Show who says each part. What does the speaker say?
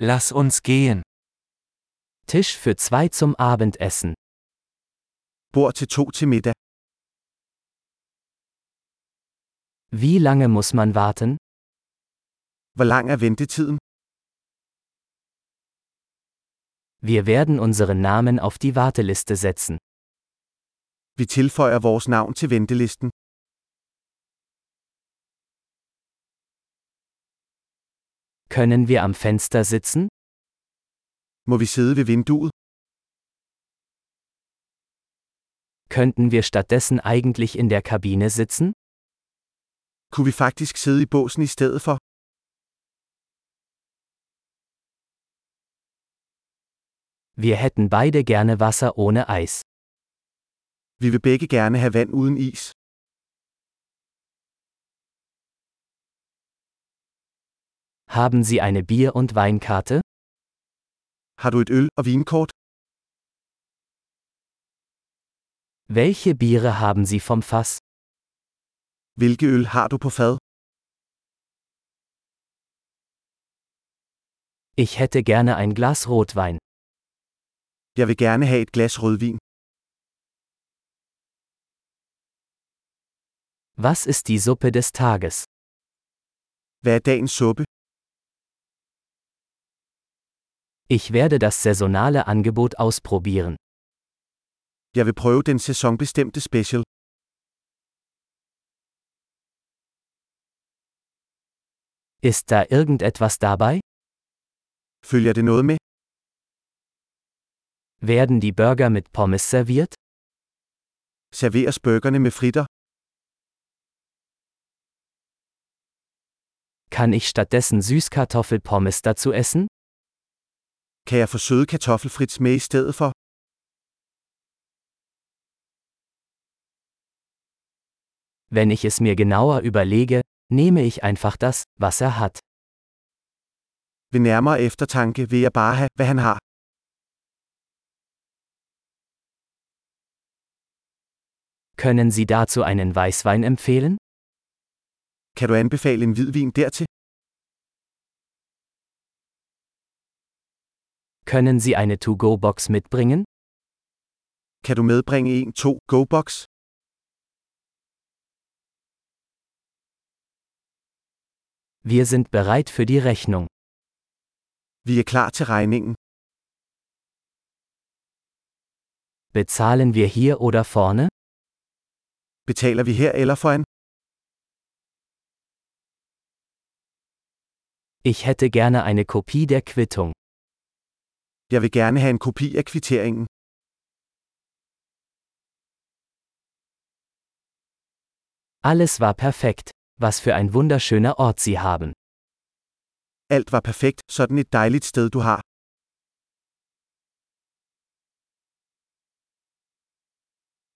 Speaker 1: Lass uns gehen. Tisch für zwei zum Abendessen.
Speaker 2: Bord til to til middag.
Speaker 1: Wie lange muss man warten?
Speaker 2: Hvor lang er ventetiden?
Speaker 1: Wir werden unseren Namen auf die Warteliste setzen.
Speaker 2: Vi tilføjer vores navn til ventelisten.
Speaker 1: Können wir am Fenster sitzen?
Speaker 2: Må vi sidde ved vinduet?
Speaker 1: Könnten wir stattdessen eigentlich in der Kabine sitzen?
Speaker 2: Kunne vi faktisk sidde i båsen i stedet for?
Speaker 1: Wir hätten beide gerne Wasser ohne Eis.
Speaker 2: Vi vil begge gerne have vand uden is.
Speaker 1: Haben Sie eine Bier- und Weinkarte?
Speaker 2: Har du et øl og vinkort?
Speaker 1: Welche Biere haben Sie vom Fass?
Speaker 2: Hvilke øl har du på fad?
Speaker 1: Ich hätte gerne ein Glas Rotwein.
Speaker 2: Jeg vil gerne have et glas rødvin.
Speaker 1: Was ist die Suppe des Tages?
Speaker 2: Hvad er dagens suppe?
Speaker 1: Ich werde das saisonale Angebot ausprobieren.
Speaker 2: Jeg vil prøve den sæsonbestemte special.
Speaker 1: Ist da irgendetwas dabei?
Speaker 2: Følger det noget med?
Speaker 1: Werden die Burger mit Pommes serviert?
Speaker 2: Serveres burgerne med fritter?
Speaker 1: Kann ich stattdessen Süßkartoffelpommes dazu essen?
Speaker 2: Kan jeg få søde kartoffelfrits med i stedet for?
Speaker 1: Wenn ich es mir genauer überlege, nehme ich einfach das, was er hat.
Speaker 2: Ved nærmere eftertanke vil jeg bare have, hvad han har.
Speaker 1: Können Sie dazu einen Weißwein empfehlen?
Speaker 2: Kan du anbefale en hvidvin dertil?
Speaker 1: Können Sie eine To-Go-Box mitbringen?
Speaker 2: Kan du medbringe en 2 GoBox?
Speaker 1: Wir sind bereit für die Rechnung.
Speaker 2: Vi er klar til regningen.
Speaker 1: Bezahlen wir hier oder vorne?
Speaker 2: Betaler vi her eller foran?
Speaker 1: Ich hätte gerne eine Kopie der Quittung.
Speaker 2: Jeg vil gerne have en kopi af kvitteringen.
Speaker 1: Alles war perfekt. Was für ein wunderschöner Ort Sie haben.
Speaker 2: Alt var perfekt, sådan et dejligt sted du har.